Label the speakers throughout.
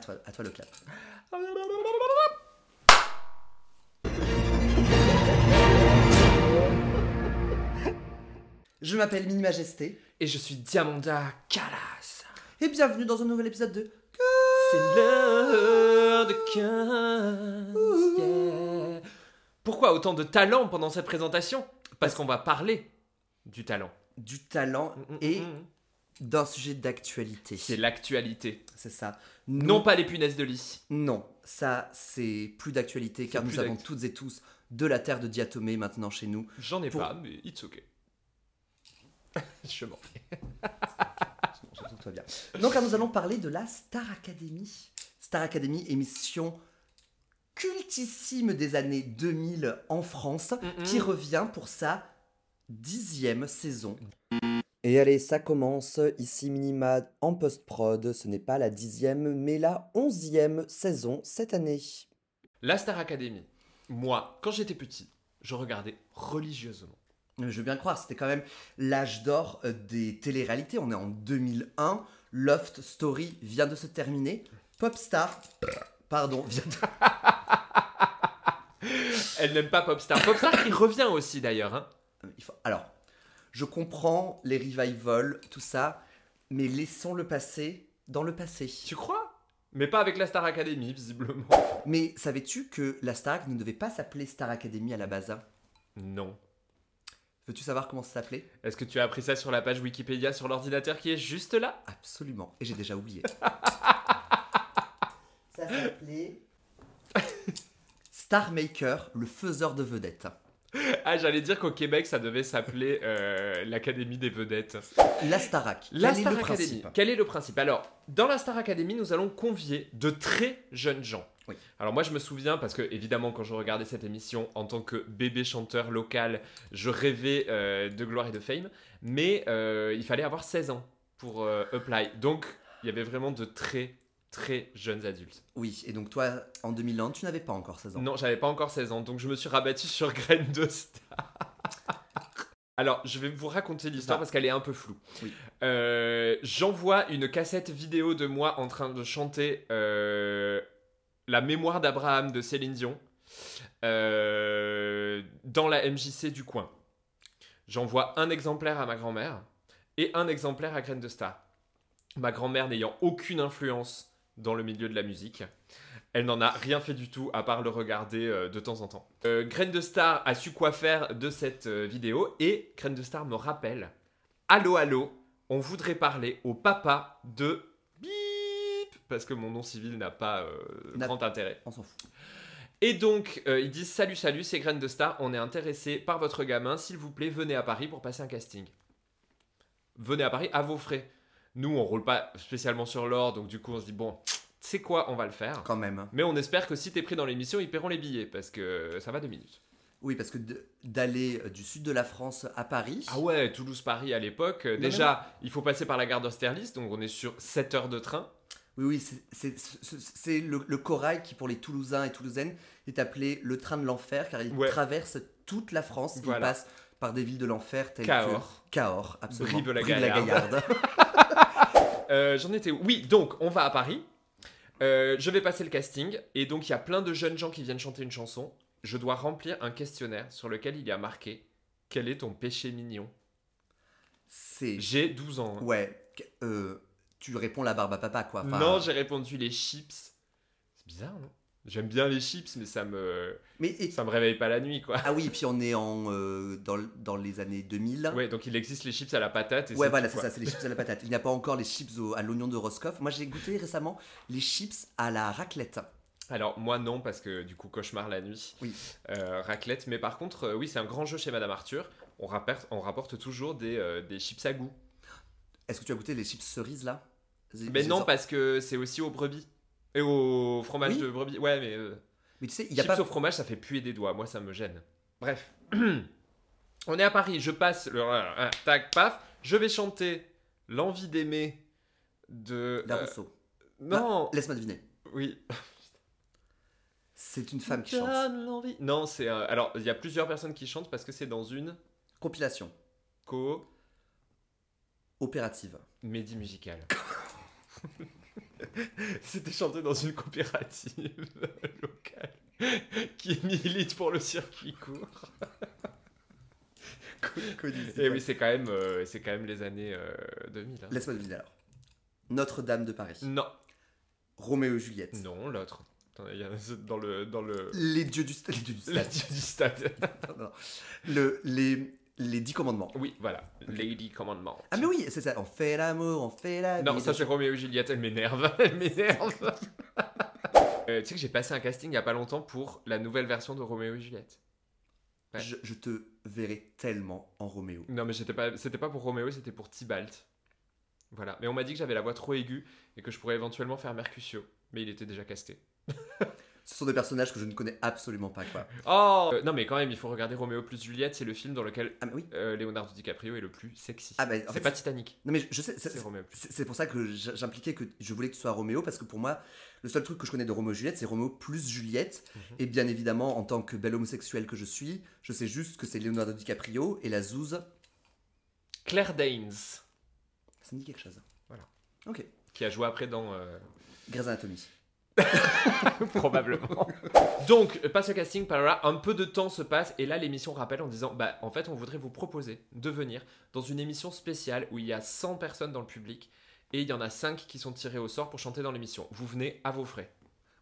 Speaker 1: toi, à toi le clap. Je m'appelle Mini Majesté
Speaker 2: Et je suis Diamanda Calas.
Speaker 1: et bienvenue dans un nouvel épisode de
Speaker 2: C'est l'heure de 15. yeah. Pourquoi autant de talent pendant cette présentation Parce qu'on va parler du talent.
Speaker 1: du talent
Speaker 2: Mm,
Speaker 1: et d'un sujet d'actualité.
Speaker 2: c'est l'actualité.
Speaker 1: C'est ça.
Speaker 2: Non pas les punaises de lit.
Speaker 1: Non, ça c'est plus d'actualité car
Speaker 2: plus
Speaker 1: nous avons
Speaker 2: d'actu-
Speaker 1: toutes et tous de la terre de diatomée maintenant chez nous.
Speaker 2: J'en ai
Speaker 1: Pour-
Speaker 2: pas, mais it's ok. je mens.
Speaker 1: Tout va bien. Donc là, nous allons parler de la Star Academy. Star Academy, émission cultissime des années 2000 en France,
Speaker 2: Mhm.
Speaker 1: qui revient pour sa dixième saison. Et allez, ça commence ici Minima en post-prod. Ce n'est pas la dixième, mais la onzième saison cette année.
Speaker 2: La Star Academy. Moi, quand j'étais petit, je regardais religieusement.
Speaker 1: Euh, Je veux bien le croire, c'était quand même l'âge d'or euh, des téléréalités. On est en 2001, Loft Story vient de se terminer, Popstar, pardon, vient de...
Speaker 2: Elle n'aime pas Popstar. Popstar qui revient aussi d'ailleurs. hein.
Speaker 1: Il faut- Alors, je comprends les revivals, tout ça, mais laissons le passé dans le passé.
Speaker 2: Tu crois Mais pas avec la Star Academy, visiblement.
Speaker 1: Mais savais-tu que la Star ne devait pas s'appeler Star Academy à la base hein
Speaker 2: Non.
Speaker 1: Veux-tu savoir comment ça s'appelait
Speaker 2: Est-ce que tu as appris ça sur la page Wikipédia sur l'ordinateur qui est juste là
Speaker 1: Absolument, et j'ai déjà oublié. ça s'appelait... Star Maker, le faiseur de vedettes.
Speaker 2: Ah, j'allais dire qu'au Québec, ça devait s'appeler euh, l'Académie des vedettes.
Speaker 1: La Starac.
Speaker 2: La
Speaker 1: Quel est
Speaker 2: Star
Speaker 1: le
Speaker 2: Academy.
Speaker 1: principe
Speaker 2: Quel est le principe Alors, dans la Star Academy, nous allons convier de très jeunes gens.
Speaker 1: Oui.
Speaker 2: Alors moi, je me souviens parce que évidemment, quand je regardais cette émission en tant que bébé chanteur local, je rêvais euh, de gloire et de fame, mais euh, il fallait avoir 16 ans pour euh, apply. Donc, il y avait vraiment de très très jeunes adultes.
Speaker 1: Oui, et donc toi, en 2001, tu n'avais pas encore 16 ans.
Speaker 2: Non, j'avais pas encore 16 ans, donc je me suis rabattu sur Graine de Star. Alors, je vais vous raconter l'histoire
Speaker 1: Va.
Speaker 2: parce qu'elle est un peu floue.
Speaker 1: Oui.
Speaker 2: Euh, J'envoie une cassette vidéo de moi en train de chanter euh, La mémoire d'Abraham de Céline Dion euh, dans la MJC du coin. J'envoie un exemplaire à ma grand-mère et un exemplaire à Graine de Star. Ma grand-mère n'ayant aucune influence dans le milieu de la musique, elle n'en a rien fait du tout à part le regarder euh, de temps en temps. Euh, Graine de Star a su quoi faire de cette euh, vidéo et Graine de Star me rappelle Allô, allô, on voudrait parler au papa de. Bip Parce que mon nom civil n'a pas euh,
Speaker 1: N'a-
Speaker 2: grand intérêt.
Speaker 1: On s'en fout.
Speaker 2: Et donc, euh, ils disent Salut, salut, c'est Graine de Star, on est intéressé par votre gamin, s'il vous plaît, venez à Paris pour passer un casting. Venez à Paris à vos frais. Nous, on roule pas spécialement sur l'or, donc du coup, on se dit Bon, c'est quoi, on va le faire.
Speaker 1: Quand même. hein.
Speaker 2: Mais on espère que si t'es pris dans l'émission, ils paieront les billets, parce que ça va deux minutes.
Speaker 1: Oui, parce que de- d'aller euh, du sud de la France à Paris,
Speaker 2: Ah ouais, Toulouse-Paris à l'époque, euh,
Speaker 1: Non,
Speaker 2: déjà, il faut passer par la gare d'Austerlitz, donc on est sur 7 heures de train.
Speaker 1: oui, oui, c'est- c'est- c'est c'est le, le corail qui, pour les Toulousains et Toulousaines, est appelé le train de l'enfer, car il
Speaker 2: Ouais.
Speaker 1: traverse toute la France, il
Speaker 2: Voilà.
Speaker 1: passe par des villes de l'enfer telles
Speaker 2: Cahors.
Speaker 1: que Cahors, absolument.
Speaker 2: Brive-la-Gaillarde.
Speaker 1: Brive-la-Gaillarde.
Speaker 2: Euh, J'en étais où Oui, donc on va à Paris. Euh, je vais passer le casting et donc il y a plein de jeunes gens qui viennent chanter une chanson. Je dois remplir un questionnaire sur lequel il y a marqué quel est ton péché mignon.
Speaker 1: c'est...
Speaker 2: J'ai 12 ans. hein.
Speaker 1: Ouais, euh, tu réponds la barbe à papa, quoi. Enfin,
Speaker 2: non, j'ai répondu les chips. C'est bizarre, non J'aime bien les chips, mais ça me
Speaker 1: mais... et-
Speaker 2: ça me réveille pas la nuit, quoi.
Speaker 1: Ah oui, et puis on est en, euh, dans, dans les années 2000.
Speaker 2: Ouais, donc il existe les chips à la patate. Et
Speaker 1: Ouais,
Speaker 2: c'est
Speaker 1: voilà,
Speaker 2: tout,
Speaker 1: c'est
Speaker 2: quoi.
Speaker 1: ça, c'est les chips à la patate. Il n'y a pas encore les chips au- à l'oignon de Roscoff. Moi, j'ai goûté récemment les chips à la raclette.
Speaker 2: Alors moi non parce que du coup cauchemar la nuit,
Speaker 1: Oui.
Speaker 2: Euh, raclette. Mais par contre euh, oui c'est un grand jeu chez Madame Arthur. On rapporte, on rapporte toujours des, euh, des chips à goût.
Speaker 1: Est-ce que tu as goûté les chips cerises là J'ai-
Speaker 2: Mais
Speaker 1: j'ai
Speaker 2: non
Speaker 1: sor-
Speaker 2: parce que c'est aussi aux brebis et au fromage
Speaker 1: Oui.
Speaker 2: de brebis. Ouais mais euh,
Speaker 1: Mais tu sais, il n'y a
Speaker 2: chips
Speaker 1: pas.
Speaker 2: au fromage ça fait puer des doigts. Moi ça me gêne. Bref, on est à Paris. Je passe le euh, tac paf. Je vais chanter l'envie d'aimer de
Speaker 1: La Ah.
Speaker 2: euh,
Speaker 1: Rousseau.
Speaker 2: non
Speaker 1: Laisse-moi deviner.
Speaker 2: oui
Speaker 1: C'est une femme qui chante.
Speaker 2: Donne l'envie. Non c'est euh, alors il y a plusieurs personnes qui chantent parce que c'est dans une
Speaker 1: Compilation.
Speaker 2: co
Speaker 1: Opérative.
Speaker 2: Médie musicale. C'était chanté dans une coopérative locale qui milite pour le circuit court.
Speaker 1: Eh
Speaker 2: Et Eh oui, c'est quand même, euh, c'est quand même les années euh, 2000. hein.
Speaker 1: Laisse-moi deviner alors. Notre-Dame de Paris.
Speaker 2: Non,
Speaker 1: Roméo et Juliette.
Speaker 2: non, l'autre. Attends, Il y en a dans le dans le
Speaker 1: Les dieux du stade. Les dieux du
Speaker 2: la
Speaker 1: stade.
Speaker 2: dieu du stade.
Speaker 1: Non, non, non. Le- les, les dix commandements.
Speaker 2: Oui, voilà. Lady Commandement.
Speaker 1: Ah mais oui, c'est ça. On fait l'amour, on fait la
Speaker 2: Non,
Speaker 1: vie.
Speaker 2: ça c'est Roméo et Juliette, elle m'énerve, elle m'énerve. Euh, tu sais que j'ai passé un casting il y a pas longtemps pour la nouvelle version de Roméo et Juliette. ouais.
Speaker 1: Je, je te verrai tellement en Roméo.
Speaker 2: Non, mais j'étais pas, c'était pas pour Roméo, c'était pour Tybalt. Voilà. Mais on m'a dit que j'avais la voix trop aiguë et que je pourrais éventuellement faire Mercutio, mais il était déjà casté.
Speaker 1: Ce sont des personnages que je ne connais absolument pas quoi.
Speaker 2: Oh Euh, Non, mais quand même, il faut regarder Roméo plus Juliette, c'est le film dans lequel
Speaker 1: Ah mais oui.
Speaker 2: euh, Leonardo DiCaprio est le plus sexy.
Speaker 1: Ah bah, en
Speaker 2: c'est
Speaker 1: fait,
Speaker 2: pas Titanic,
Speaker 1: Non mais je, je sais. c'est-
Speaker 2: c'est Roméo plus.
Speaker 1: C'est c'est pour ça que j- j'impliquais que je voulais que ce soit Roméo, parce que pour moi, le seul truc que je connais de Roméo et Juliette, c'est Roméo plus Juliette.
Speaker 2: Mhm.
Speaker 1: Et bien évidemment, en tant que bel homosexuel que je suis, je sais juste que c'est Leonardo DiCaprio et la Zouze.
Speaker 2: Claire Danes,
Speaker 1: Ça me dit quelque chose.
Speaker 2: qui a joué après dans... euh,
Speaker 1: Grey's Anatomy.
Speaker 2: Probablement. Donc, euh, passe le casting par là, un peu de temps se passe, et là l'émission rappelle en disant Bah, en fait, on voudrait vous proposer de venir dans une émission spéciale où il y a 100 personnes dans le public, et il y en a 5 qui sont tirées au sort pour chanter dans l'émission. Vous venez à vos frais.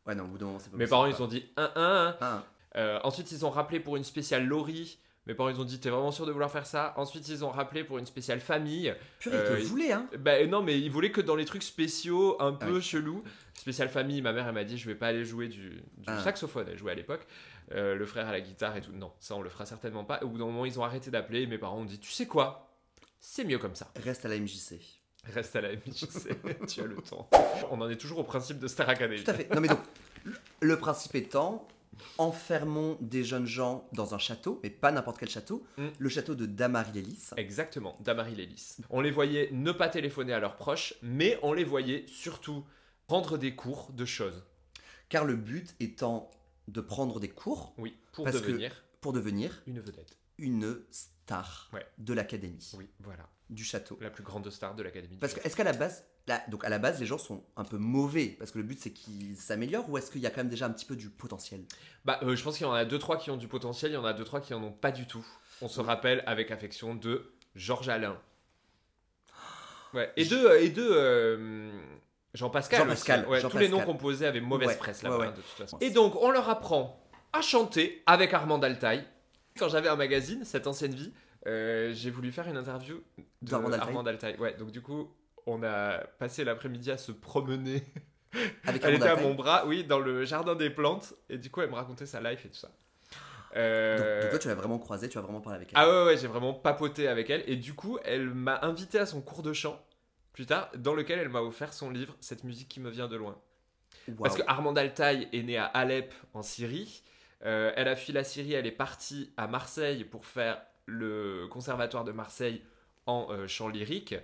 Speaker 1: Ouais, non, au bout d'un moment, c'est pas
Speaker 2: Mes
Speaker 1: possible,
Speaker 2: parents,
Speaker 1: quoi.
Speaker 2: ils ont dit un, un, un.
Speaker 1: Ah,
Speaker 2: Euh, ensuite, ils ont rappelé pour une spéciale Laurie. Mes parents, ils ont dit T'es vraiment sûr de vouloir faire ça Ensuite, ils ont rappelé pour une spéciale famille.
Speaker 1: purée, ils te
Speaker 2: Euh, il-
Speaker 1: voulaient, hein
Speaker 2: Bah non, mais ils voulaient que dans les trucs spéciaux, un
Speaker 1: Ah
Speaker 2: peu chelous. Spécial famille, ma mère, elle m'a dit, je vais pas aller jouer du, du
Speaker 1: Ah.
Speaker 2: saxophone, elle jouait à l'époque. Euh, le frère à la guitare et tout. Non, ça, on le fera certainement pas. Et Au bout d'un moment, ils ont arrêté d'appeler et mes parents ont dit, tu sais quoi C'est mieux comme ça.
Speaker 1: Reste à la MJC.
Speaker 2: Reste à la MJC, tu as le temps. On en est toujours au principe de Star Academy.
Speaker 1: Tout à fait. Non, mais donc, le principe étant, enfermons des jeunes gens dans un château, mais pas n'importe quel château,
Speaker 2: Mm.
Speaker 1: le château de Damary Ellis.
Speaker 2: Exactement, Damary Lélis. On les voyait ne pas téléphoner à leurs proches, mais on les voyait surtout prendre des cours de choses.
Speaker 1: Car le but étant de prendre des cours
Speaker 2: Oui, pour
Speaker 1: Parce que-
Speaker 2: devenir
Speaker 1: pour devenir
Speaker 2: une vedette.
Speaker 1: une star
Speaker 2: Ouais.
Speaker 1: de l'académie,
Speaker 2: Oui, voilà.
Speaker 1: du château.
Speaker 2: La plus grande star de l'Académie.
Speaker 1: Parce que est-ce qu'à la base, là, donc à la base, les gens sont un peu mauvais parce que le but c'est qu'ils s'améliorent ou est-ce qu'il y a quand même déjà un petit peu du potentiel
Speaker 2: Bah, euh, je pense qu'il y en a 2-3 qui ont du potentiel, il y en a 2-3 qui en ont pas du tout. On se rappelle avec affection de Georges Alain. Ouais. Et de, euh, et de euh, Jean-Pascal.
Speaker 1: Jean-Pascal,
Speaker 2: aussi. Ouais, tous les
Speaker 1: Jean-Pascal.
Speaker 2: noms composés avaient mauvaise
Speaker 1: Ouais,
Speaker 2: presse
Speaker 1: ouais,
Speaker 2: là-bas,
Speaker 1: ouais.
Speaker 2: hein, de toute façon. Et donc, on leur apprend à chanter avec Armand Altaï. Quand j'avais un magazine, cette ancienne vie, euh, j'ai voulu faire une interview de
Speaker 1: D'Armand Altaï.
Speaker 2: Armand Altaï. Ouais, donc du coup, on a passé l'après-midi à se promener.
Speaker 1: Avec
Speaker 2: Elle
Speaker 1: Armand
Speaker 2: était à
Speaker 1: Altaï.
Speaker 2: mon bras, oui, dans le jardin des plantes. Et du coup, elle me racontait sa life et tout ça. Euh,
Speaker 1: Donc, donc toi, tu l'as vraiment croisé, tu as vraiment parlé avec elle.
Speaker 2: Ah ouais, ouais, j'ai vraiment papoté avec elle. Et du coup, elle m'a invité à son cours de chant, plus tard, dans lequel elle m'a offert son livre, Cette musique qui me vient de loin.
Speaker 1: Waouh.
Speaker 2: Parce que Armand Altaï est née à Alep, en Syrie. Euh, elle a fui la Syrie, elle est partie à Marseille pour faire le conservatoire de Marseille en euh, chant lyrique,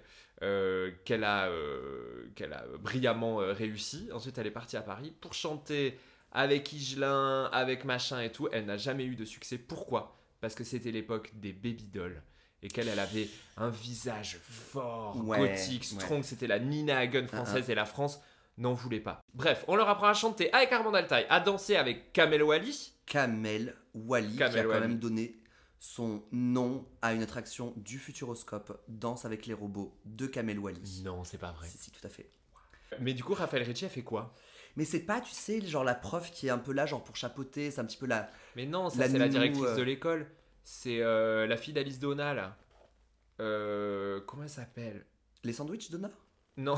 Speaker 2: euh, qu'elle a, euh, qu'elle a brillamment euh, réussi. Ensuite, elle est partie à Paris pour chanter avec Igelin, avec machin et tout. Elle n'a jamais eu de succès. Pourquoi Parce que c'était l'époque des baby dolls. Et qu'elle elle avait un visage fort,
Speaker 1: Ouais,
Speaker 2: gothique,
Speaker 1: ouais.
Speaker 2: strong. C'était la Nina
Speaker 1: Ah,
Speaker 2: Hagen
Speaker 1: ah.
Speaker 2: française et la France n'en voulait pas. Bref, on leur apprend à chanter avec Armand Altaï, à danser avec Kamel Wally.
Speaker 1: Kamel Wally qui a
Speaker 2: Kamel
Speaker 1: quand
Speaker 2: Wally.
Speaker 1: même donné son nom à une attraction du Futuroscope, Danse avec les robots de Kamel Wally.
Speaker 2: Non, c'est pas vrai.
Speaker 1: Si, si, tout à fait.
Speaker 2: Mais du coup, Raphaël Ritchie a fait quoi
Speaker 1: Mais c'est pas, tu sais, genre la prof qui est un peu là, genre pour chapeauter, c'est un petit peu la.
Speaker 2: Mais non, ça
Speaker 1: La
Speaker 2: c'est la
Speaker 1: nounou,
Speaker 2: directrice
Speaker 1: euh.
Speaker 2: de l'école. C'est euh, la fille d'Alice Donna là. Euh, comment elle s'appelle
Speaker 1: Les sandwichs, Donna
Speaker 2: Non.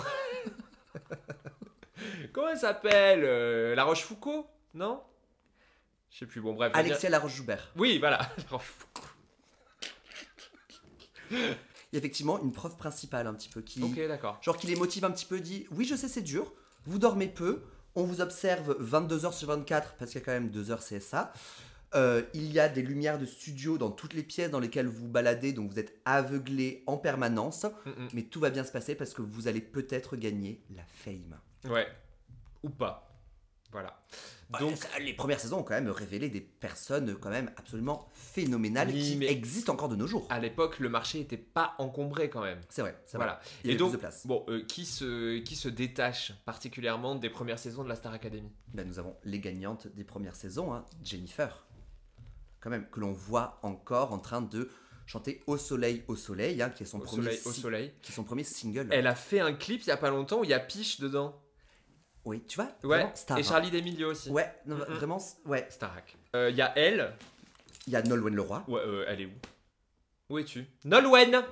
Speaker 2: comment elle s'appelle Euh, La Rochefoucauld Non Je sais plus. Bon, bref. on va dire-
Speaker 1: Alexia Laroche-Joubert.
Speaker 2: Oui, voilà. La Rochefoucauld.
Speaker 1: Il y a effectivement une prof principale un petit peu qui.
Speaker 2: Ok, d'accord.
Speaker 1: Genre qui les motive un petit peu, dit Oui, je sais, c'est dur, vous dormez peu, on vous observe 22h sur 24 parce qu'il y a quand même 2 heures CSA. Euh, il y a des lumières de studio dans toutes les pièces dans lesquelles vous baladez, donc vous êtes aveuglé en permanence.
Speaker 2: Mm,
Speaker 1: Mais tout va bien se passer parce que vous allez peut-être gagner la fame.
Speaker 2: mm. Ouais. Ou pas. Voilà.
Speaker 1: Ah,
Speaker 2: Donc,
Speaker 1: ça, les premières saisons ont quand même révélé des personnes quand même absolument phénoménales
Speaker 2: Oui,
Speaker 1: qui
Speaker 2: mais-
Speaker 1: existent encore de nos jours.
Speaker 2: à l'époque, le marché était pas encombré quand même.
Speaker 1: C'est vrai, c'est
Speaker 2: voilà.
Speaker 1: vrai. Il y
Speaker 2: Et
Speaker 1: avait
Speaker 2: donc-
Speaker 1: plus de place.
Speaker 2: Bon, euh, qui, se, qui se détache particulièrement des premières saisons de la Star Academy
Speaker 1: Ben, nous avons les gagnantes des premières saisons, hein, Jennifer, quand même, que l'on voit encore en train de chanter Au soleil, au soleil, hein, qui, est son
Speaker 2: Au
Speaker 1: premier
Speaker 2: soleil, au
Speaker 1: si-
Speaker 2: soleil.
Speaker 1: qui est son premier single.
Speaker 2: Elle a fait un clip il y a pas longtemps où il y a Piche dedans.
Speaker 1: Oui, tu vois
Speaker 2: Ouais.
Speaker 1: vraiment star,
Speaker 2: Et
Speaker 1: hein.
Speaker 2: Charlie D'Amelio aussi.
Speaker 1: Ouais, non,
Speaker 2: Mm, mm.
Speaker 1: vraiment, c- ouais.
Speaker 2: Starac. Euh, Il y a elle.
Speaker 1: Il y a Nolwenn Leroy.
Speaker 2: Ouais, euh, elle est où Où es-tu Nolwenn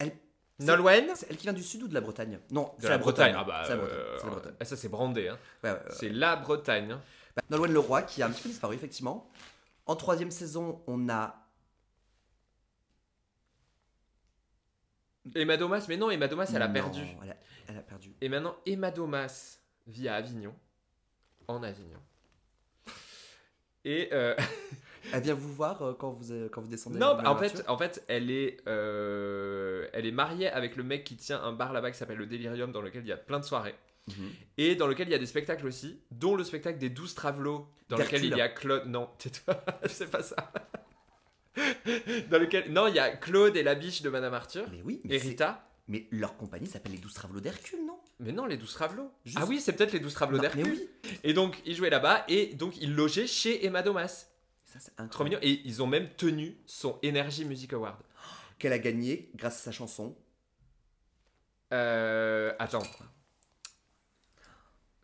Speaker 1: Elle-
Speaker 2: Nolwenn
Speaker 1: C'est elle qui vient du sud ou de la Bretagne Non,
Speaker 2: De
Speaker 1: c'est la, Bretagne.
Speaker 2: Ah bah,
Speaker 1: c'est la Bretagne.
Speaker 2: euh,
Speaker 1: c'est la Bretagne. Euh.
Speaker 2: ah, ça c'est brandé. hein.
Speaker 1: Ouais, ouais, ouais.
Speaker 2: C'est la Bretagne. hein.
Speaker 1: Bah, Nolwenn Leroy qui a un petit peu disparu, effectivement. En troisième saison, on a.
Speaker 2: Emma Domas, mais non, Emma Domas, elle a
Speaker 1: Non,
Speaker 2: perdu.
Speaker 1: Elle a, elle a perdu.
Speaker 2: Et maintenant, Emma Domas vit à Avignon. En Avignon. Et euh,
Speaker 1: Elle vient vous voir euh, quand, vous, euh, quand vous descendez
Speaker 2: non,
Speaker 1: la
Speaker 2: bah, en
Speaker 1: voiture
Speaker 2: fait, en fait, elle est, euh, elle est mariée avec le mec qui tient un bar là-bas qui s'appelle le Delirium, dans lequel il y a plein de soirées.
Speaker 1: Mhm.
Speaker 2: et dans lequel il y a des spectacles aussi, dont le spectacle des 12 travelots, dans lequel
Speaker 1: D'Hercule.
Speaker 2: il y a Claude. Non, tais-toi, c'est pas ça. dans lequel. Non, il y a Claude et la biche de Madame Arthur,
Speaker 1: Mais oui,
Speaker 2: et
Speaker 1: mais, c'est-
Speaker 2: Rita.
Speaker 1: mais leur compagnie s'appelle les 12 Travelots d'Hercule, non
Speaker 2: Mais non, les 12 travelots.
Speaker 1: Juste-
Speaker 2: Ah oui, c'est peut-être les 12 travelots
Speaker 1: Non, mais
Speaker 2: d'Hercule. Et donc, ils jouaient là-bas, et donc, ils logeaient chez Emma Domas.
Speaker 1: Ça, c'est
Speaker 2: Trop
Speaker 1: incroyable.
Speaker 2: mignon. Et ils ont même tenu son Energy Music Award.
Speaker 1: Qu'elle a gagné grâce à sa chanson.
Speaker 2: Euh. Attends.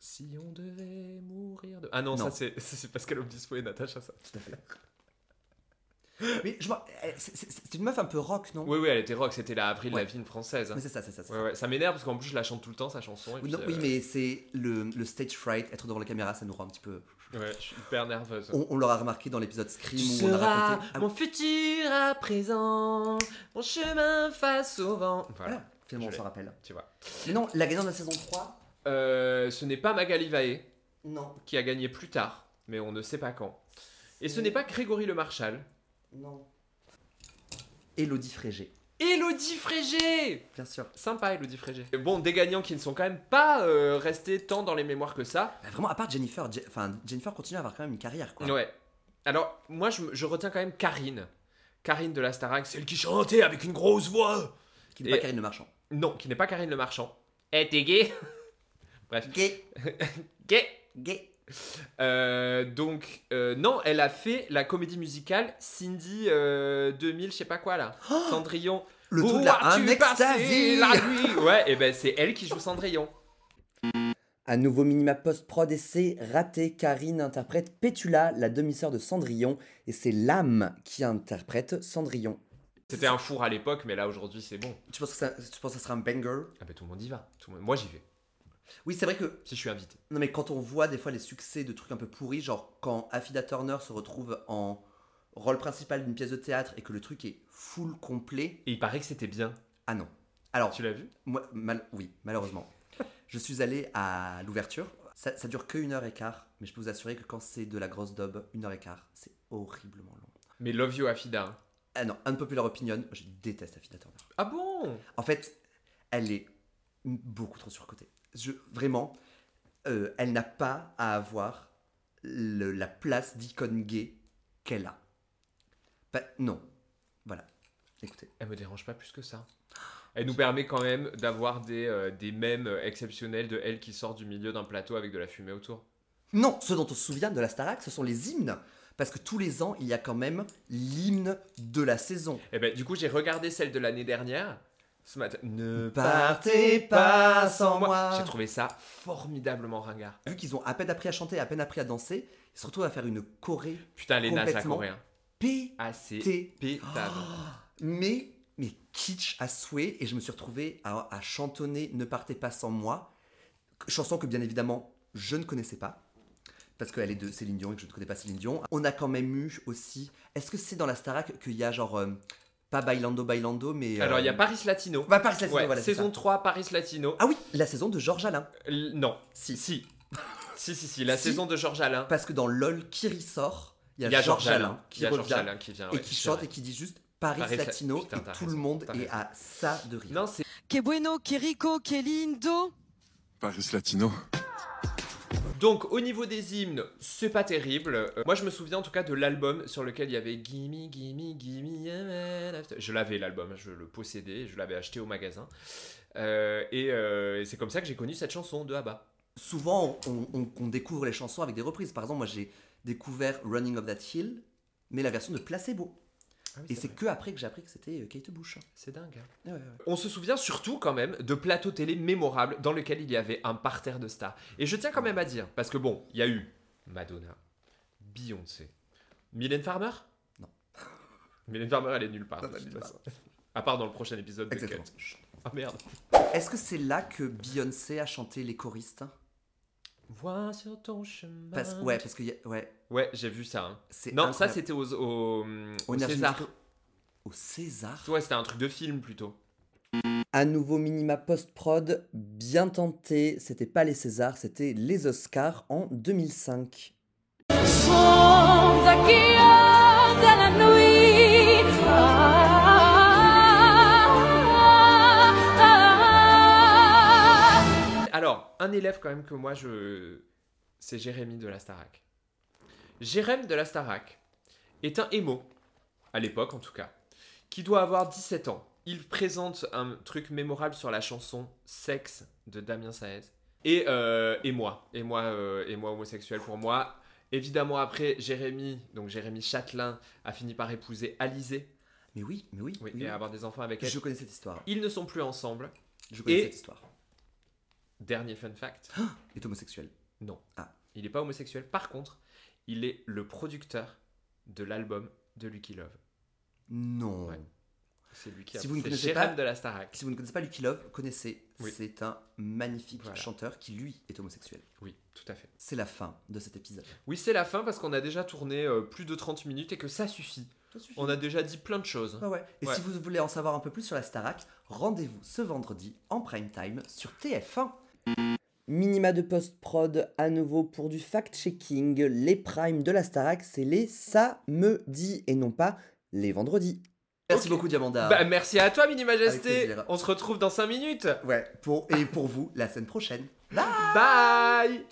Speaker 2: Si on devait mourir de. Ah non,
Speaker 1: Non.
Speaker 2: ça c'est- ça, c'est Pascal Obispo et Natacha, ça.
Speaker 1: Tout à fait. mais je m'en- elle- c'est- C'est c'est une meuf un peu rock, non
Speaker 2: Oui, oui, elle était rock, c'était la Avril
Speaker 1: Ouais.
Speaker 2: Lavigne française. hein.
Speaker 1: Mais c'est ça, c'est ça. c'est ça.
Speaker 2: Ouais, ouais, ça m'énerve parce qu'en plus je la chante tout le temps sa chanson. et
Speaker 1: Oui,
Speaker 2: puis,
Speaker 1: non,
Speaker 2: euh,
Speaker 1: oui, mais c'est le, le stage fright, être devant la caméra, ça nous rend un petit peu.
Speaker 2: ouais, je suis hyper nerveuse.
Speaker 1: On, on l'aura remarqué dans l'épisode Scream où on a raconté. Ah,
Speaker 2: futur à présent, mon chemin face au vent. Voilà,
Speaker 1: voilà, finalement, on
Speaker 2: je
Speaker 1: s'en rappelle.
Speaker 2: tu vois.
Speaker 1: Mais non, la gagnante de la saison 3,
Speaker 2: Euh, ce n'est pas Magali Vaé
Speaker 1: non.
Speaker 2: qui a gagné plus tard, mais on ne sait pas quand. Et ce n'est pas Grégory Le Marchal.
Speaker 1: Non. Elodie Frégé,
Speaker 2: Elodie Frégé
Speaker 1: bien sûr.
Speaker 2: Sympa Elodie Frégé. Et Bon, des gagnants qui ne sont quand même pas euh, restés tant dans les mémoires que ça.
Speaker 1: Bah, vraiment, à part Jennifer, Je- enfin, Jennifer continue à avoir quand même une carrière, quoi.
Speaker 2: Ouais. Alors, moi, je, je retiens quand même Karine. Karine de la Starac, celle qui chantait avec une grosse voix.
Speaker 1: Qui n'est pas
Speaker 2: Et-
Speaker 1: Karine Le Marchand.
Speaker 2: Non, qui n'est pas Karine le Marchand. Eh, t'es gay
Speaker 1: Gay,
Speaker 2: Gay
Speaker 1: gay.
Speaker 2: Euh, Donc, euh, non, elle a fait la comédie musicale Cindy euh, 2000, je sais pas quoi là. Cendrillon.
Speaker 1: Le
Speaker 2: Où
Speaker 1: tout de la
Speaker 2: as-tu
Speaker 1: un
Speaker 2: passé
Speaker 1: ecstasy
Speaker 2: la nuit Ouais, et ben c'est elle qui joue Cendrillon.
Speaker 1: Un nouveau minima post-prod et c'est raté. Karine interprète Pétula, la demi-sœur de Cendrillon, et c'est l'âme qui interprète Cendrillon.
Speaker 2: C'était un four à l'époque, mais là aujourd'hui c'est bon.
Speaker 1: Tu penses que ça, tu penses que ça sera un banger
Speaker 2: Ah ben tout le monde y va. Tout le monde- Moi j'y vais,
Speaker 1: Oui, c'est vrai que
Speaker 2: si je suis invité.
Speaker 1: non mais quand on voit des fois les succès de trucs un peu pourris, genre quand Affida Turner se retrouve en rôle principal d'une pièce de théâtre et que le truc est full complet,
Speaker 2: Et il paraît que c'était bien.
Speaker 1: ah non. Alors
Speaker 2: Tu l'as vu
Speaker 1: moi, mal, oui, malheureusement, je suis allé à l'ouverture. Ça, ça dure que une heure et quart, mais je peux vous assurer que quand c'est de la grosse daube, une heure et quart, c'est horriblement long.
Speaker 2: Mais Love You Afida. hein.
Speaker 1: Ah non, unpopular opinion, je déteste Affida Turner.
Speaker 2: Ah bon
Speaker 1: En fait, elle est beaucoup trop surcotée. Je, vraiment, euh, elle n'a pas à avoir le- la place d'icône gay qu'elle a. Pas- non. Voilà. Écoutez.
Speaker 2: Elle me dérange pas plus que ça. Elle nous permet quand même d'avoir des, euh, des mèmes exceptionnels de elle qui sort du milieu d'un plateau avec de la fumée autour.
Speaker 1: Non, ce dont on se souvient de la Starac, ce sont les hymnes. Parce que tous les ans, il y a quand même l'hymne de la saison.
Speaker 2: Et ben du coup, j'ai regardé celle de l'année dernière ce matin. Bah, Ne
Speaker 1: partez pas sans moi.
Speaker 2: J'ai trouvé ça formidablement ringard.
Speaker 1: Vu qu'ils ont à peine appris à chanter, à peine appris à danser, ils se retrouvent à faire une choré
Speaker 2: Putain, les nazes à
Speaker 1: Complètement. Oh.
Speaker 2: coréen.
Speaker 1: pétée.
Speaker 2: Ah, c'est pétable.
Speaker 1: mais, mais kitsch à souhait, et je me suis retrouvé à, à chantonner Ne partez pas sans moi, chanson que bien évidemment je ne connaissais pas, parce qu'elle est de Céline Dion et que je ne connais pas Céline Dion. On a quand même eu aussi, est-ce que c'est dans la Starac qu'il y a genre, euh, pas Bailando Bailando, mais... euh,
Speaker 2: Alors, il y a Paris Latino.
Speaker 1: Bah, Paris Latino,
Speaker 2: Ouais,
Speaker 1: voilà, c'est
Speaker 2: saison
Speaker 1: ça.
Speaker 2: 3, Paris Latino.
Speaker 1: Ah oui, la saison de Georges Alain.
Speaker 2: L- non.
Speaker 1: Si.
Speaker 2: Si. si, si, si. La
Speaker 1: Si.
Speaker 2: saison de Georges Alain.
Speaker 1: Parce que dans LOL, qui ressort Il y a, Georges
Speaker 2: Georges
Speaker 1: Alain,
Speaker 2: Il
Speaker 1: qui
Speaker 2: y a
Speaker 1: revient
Speaker 2: Georges Alain qui vient.
Speaker 1: et
Speaker 2: ouais,
Speaker 1: qui
Speaker 2: c'est
Speaker 1: chante
Speaker 2: vrai.
Speaker 1: et qui dit juste Paris,
Speaker 2: Paris Lat-
Speaker 1: Latino,
Speaker 2: Putain,
Speaker 1: et
Speaker 2: t'as
Speaker 1: tout le
Speaker 2: raison,
Speaker 1: monde
Speaker 2: t'as
Speaker 1: est
Speaker 2: raison.
Speaker 1: à ça de rire.
Speaker 2: Non, c'est
Speaker 3: Que bueno, que rico, que lindo.
Speaker 4: Paris Latino.
Speaker 2: Donc, au niveau des hymnes, c'est pas terrible. Euh, moi, je me souviens en tout cas de l'album sur lequel il y avait Gimme, Gimme, Gimme. a man after- Je l'avais l'album, hein, je le possédais, je l'avais acheté au magasin. Euh, et euh, et c'est comme ça que j'ai connu cette chanson de ABBA.
Speaker 1: Souvent, on, on- on découvre les chansons avec des reprises. Par exemple, moi, j'ai découvert Running Up That Hill, mais la version de Placebo.
Speaker 2: Ah
Speaker 1: Et c'est que après que j'ai appris que c'était euh, Kate Bush.
Speaker 2: c'est dingue. hein.
Speaker 1: Ouais, ouais, ouais.
Speaker 2: On se souvient surtout quand même de plateaux télé mémorables dans lesquels il y avait un parterre de stars. Et je tiens quand même à dire, parce que bon, il y a eu Madonna, Beyoncé, Mylène Farmer
Speaker 1: Non.
Speaker 2: Mylène Farmer, elle est nulle part.
Speaker 1: Non,
Speaker 2: de
Speaker 1: elle est
Speaker 2: toute
Speaker 1: nulle
Speaker 2: façon. À part dans le prochain épisode de
Speaker 1: Exactement.
Speaker 2: Cut. Chut. Ah merde.
Speaker 1: Est-ce que c'est là que Beyoncé a chanté les choristes
Speaker 2: Vois sur ton chemin.
Speaker 1: Parce- Ouais, parce que y a- ouais,
Speaker 2: Ouais, j'ai vu ça. hein.
Speaker 1: c'est
Speaker 2: Non, ça
Speaker 1: incroyable.
Speaker 2: c'était aux, au, au
Speaker 1: Energy
Speaker 2: César.
Speaker 1: Disco. au César.
Speaker 2: Ouais, c'était un truc de film plutôt.
Speaker 1: À nouveau minima post-prod, bien tenté, c'était pas les Césars, c'était les Oscars en 2005.
Speaker 3: Sons acquis de la nuit. Ah, ah, ah.
Speaker 2: Alors, un élève quand même que moi je. C'est Jérémy de la Starac. Jérémy de la Starac est un émo, à l'époque en tout cas, qui doit avoir 17 ans. Il présente un truc mémorable sur la chanson Sexe de Damien Saez. Et, euh, et moi, et moi, euh, et moi homosexuel pour moi. Évidemment, après, Jérémy, donc Jérémy Châtelain, a fini par épouser Alizée
Speaker 1: Mais oui, mais oui,
Speaker 2: oui,
Speaker 1: oui,
Speaker 2: et
Speaker 1: oui.
Speaker 2: avoir des enfants avec elle.
Speaker 1: Je connais cette histoire.
Speaker 2: Ils ne sont plus ensemble.
Speaker 1: Je connais
Speaker 2: Et-
Speaker 1: cette histoire.
Speaker 2: Dernier fun fact.
Speaker 1: Il est homosexuel.
Speaker 2: Non.
Speaker 1: Ah.
Speaker 2: Il n'est pas homosexuel. Par contre, il est le producteur de l'album de Lucky Love.
Speaker 1: Non.
Speaker 2: Ouais. C'est lui qui a
Speaker 1: Si vous ne
Speaker 2: c'est
Speaker 1: connaissez
Speaker 2: Jérôme
Speaker 1: pas-
Speaker 2: de la Starac.
Speaker 1: Si vous ne connaissez pas Lucky Love, connaissez.
Speaker 2: Oui.
Speaker 1: C'est un magnifique
Speaker 2: Voilà.
Speaker 1: chanteur qui, lui, est homosexuel.
Speaker 2: Oui, tout à fait.
Speaker 1: C'est la fin de cet épisode.
Speaker 2: Oui, c'est la fin parce qu'on a déjà tourné euh, plus de 30 minutes et que ça suffit. On a déjà dit plein de choses.
Speaker 1: Ouais, ouais. Et
Speaker 2: Ouais.
Speaker 1: si vous voulez en savoir un peu plus sur la Starac, rendez-vous ce vendredi en prime time sur TF1. Minima de post-prod à nouveau pour du fact-checking. Les primes de la Starac, c'est les samedis et non pas les vendredis. Merci
Speaker 2: Ok.
Speaker 1: beaucoup, Diamanda.
Speaker 2: Bah, merci à toi, Mini
Speaker 1: Ah. Avec
Speaker 2: Majesté.
Speaker 1: plaisir.
Speaker 2: On se retrouve dans 5 minutes.
Speaker 1: ouais, pour, et pour vous, la semaine prochaine.
Speaker 2: Bye